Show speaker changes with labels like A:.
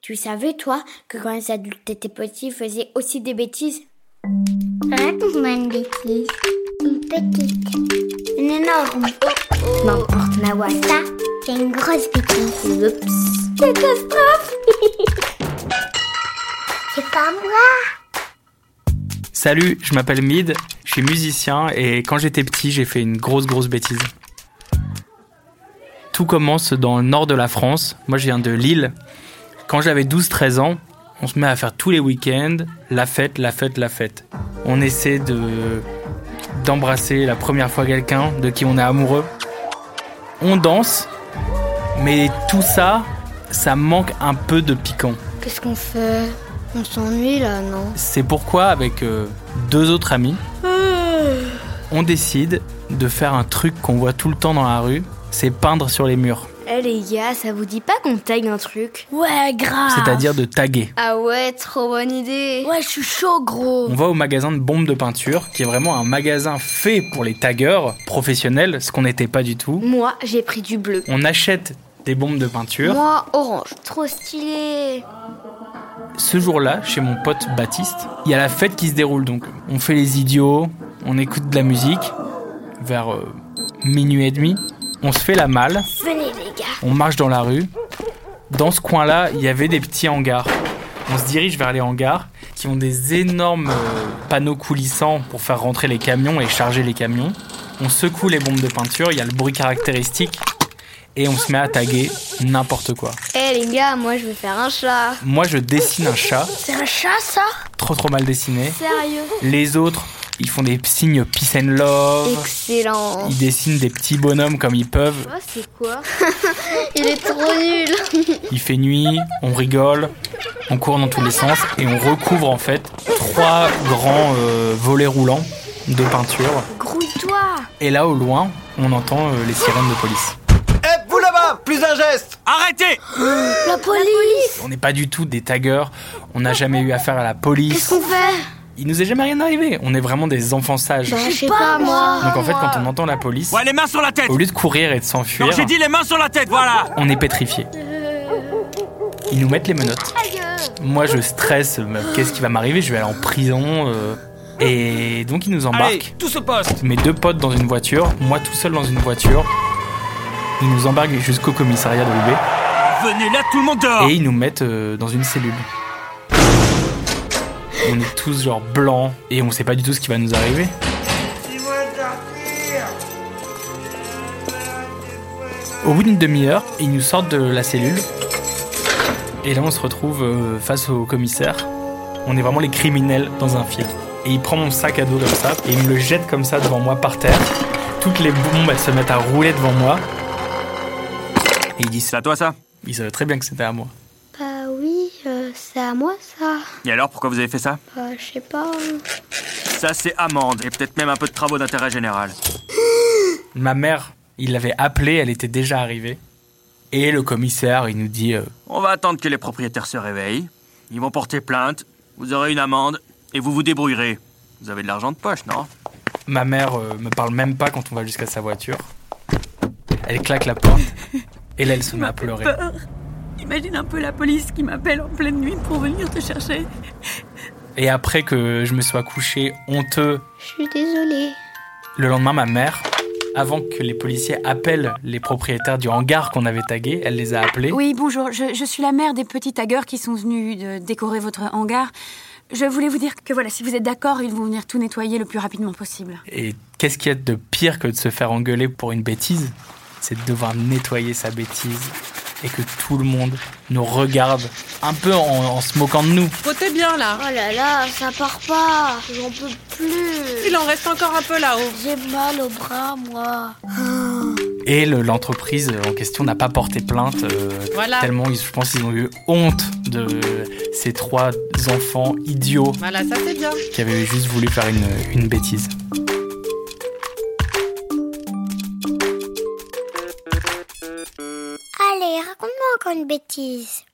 A: Tu savais, toi, que quand les adultes étaient petits, ils faisaient aussi des bêtises
B: Raconte-moi une bêtise.
A: Une petite.
B: Une énorme.
A: N'importe, Mawa.
B: Ça, c'est une grosse bêtise.
A: Oups.
B: Catastrophe C'est pas moi
C: Salut, je m'appelle Mid, je suis musicien et quand j'étais petit, j'ai fait une grosse grosse bêtise. Tout commence dans le nord de la France. Moi, je viens de Lille. Quand j'avais 12-13 ans, on se met à faire tous les week-ends la fête, la fête, la fête. On essaie de d'embrasser la première fois quelqu'un de qui on est amoureux. On danse, mais tout ça, ça manque un peu de piquant.
A: Qu'est-ce qu'on fait On s'ennuie, là, non
C: C'est pourquoi, avec euh, deux autres amis,
B: Ah.
C: on décide de faire un truc qu'on voit tout le temps dans la rue, c'est peindre sur les murs,
A: Eh, les gars, ça vous dit pas qu'on tague un truc
D: Ouais, grave.
C: c'est-à-dire de taguer.
A: Ah ouais, trop bonne idée
D: Ouais, je suis chaud, gros.
C: On va au magasin de bombes de peinture, qui est vraiment un magasin fait pour les tagueurs professionnels, ce qu'on n'était pas du tout.
A: Moi, j'ai pris du bleu.
C: On achète des bombes de peinture.
A: Moi, orange. Trop stylé
C: Ce jour-là, chez mon pote Baptiste, il y a la fête qui se déroule donc. On fait les idiots, on écoute de la musique, vers euh, minuit et demi. On se fait la malle,
A: Venez, les gars
C: on marche dans la rue. Dans ce coin-là, il y avait des petits hangars. On se dirige vers les hangars qui ont des énormes euh, panneaux coulissants pour faire rentrer les camions et charger les camions. On secoue les bombes de peinture, il y a le bruit caractéristique et on se met à taguer n'importe quoi.
A: Eh, les gars, moi, je vais faire un chat
C: Moi, je dessine un chat,
D: C'est un chat, ça
C: trop trop mal dessiné.
A: Sérieux
C: Les autres, ils font des signes peace and
A: Oh.
C: love.
A: Excellent
C: Ils dessinent des petits bonhommes comme ils peuvent.
A: Oh, c'est quoi Il est trop nul
C: Il fait nuit, on rigole, on court dans tous les sens et on recouvre en fait trois grands euh, volets roulants de peinture.
A: Grouille-toi
C: Et là, au loin, on entend euh, les sirènes de police.
E: Eh, vous là-bas, plus un geste
F: Arrêtez
D: La police.
C: On n'est pas du tout des taggeurs, on n'a jamais eu affaire à la police.
A: fait
C: Il nous est jamais rien arrivé, on est vraiment des enfants sages.
A: Je sais pas, moi
C: Donc en fait, quand on entend la police,
F: Ouais, les mains sur la tête
C: au lieu de courir et de
F: Non,
C: s'enfuir,
F: j'ai dit les mains sur la tête, voilà
C: on est pétrifié. Ils nous mettent les menottes. Moi, je stresse. mais Qu'est-ce qui va m'arriver Je vais aller en prison. euh, Et donc, ils nous
F: Allez,
C: embarquent.
F: tous au poste
C: Mes deux potes dans une voiture, moi tout seul dans une voiture. Ils nous embarquent jusqu'au commissariat de Loubet
F: Venez là, tout le monde dehors
C: et ils nous mettent euh, dans une cellule. On est tous genre blancs et on sait pas du tout ce qui va nous arriver. Au bout d'une demi-heure, ils nous sortent de la cellule. Et là, on se retrouve euh, face au commissaire. On est vraiment les criminels dans un film. Et il prend mon sac à dos comme ça, et il me le jette comme ça devant moi par terre. Toutes les bombes, elles se mettent à rouler devant moi. Et il dit
F: C'est
C: ça.
F: à toi ça
C: Il savait très bien que c'était à moi.
A: Bah oui, euh, c'est à moi, ça
F: Et alors, pourquoi vous avez fait ça
A: Bah, je sais pas...
F: Ça, c'est amende, et peut-être même un peu de travaux d'intérêt général.
C: Ma mère, il l'avait appelée, elle était déjà arrivée. Et le commissaire, il nous dit euh,
F: On va attendre que les propriétaires se réveillent. Ils vont porter plainte, vous aurez une amende, et vous vous débrouillerez. Vous avez de l'argent de poche, non
C: Ma mère euh, me parle même pas quand on va jusqu'à sa voiture. Elle claque la porte. Et là, elle se met à pleurer.
G: Peur. Imagine un peu la police qui m'appelle en pleine nuit pour venir te chercher.
C: Et après que je me sois couché honteux
A: Je suis désolée.
C: Le lendemain, ma mère, avant que les policiers appellent les propriétaires du hangar qu'on avait tagué, elle les a appelés.
G: Oui, bonjour, je, je suis la mère des petits taggeurs qui sont venus de décorer votre hangar. Je voulais vous dire que voilà, si vous êtes d'accord, ils vont venir tout nettoyer le plus rapidement possible.
C: Et qu'est-ce qu'il y a de pire que de se faire engueuler pour une bêtise C'est de devoir nettoyer sa bêtise et que tout le monde nous regarde un peu en, en se moquant de nous.
H: Votez bien là.
A: Oh là là, ça part pas J'en peux plus
H: Il en reste encore un peu là-haut.
D: J'ai mal au bras, moi.
C: Et le- l'entreprise en question n'a pas porté plainte euh,
H: Voilà.
C: tellement ils- je pense qu'ils ont eu honte de ces trois enfants idiots
H: Voilà, ça c'est bien.
C: qui avaient juste voulu faire une, une bêtise.
B: Allez, raconte-moi encore une bêtise.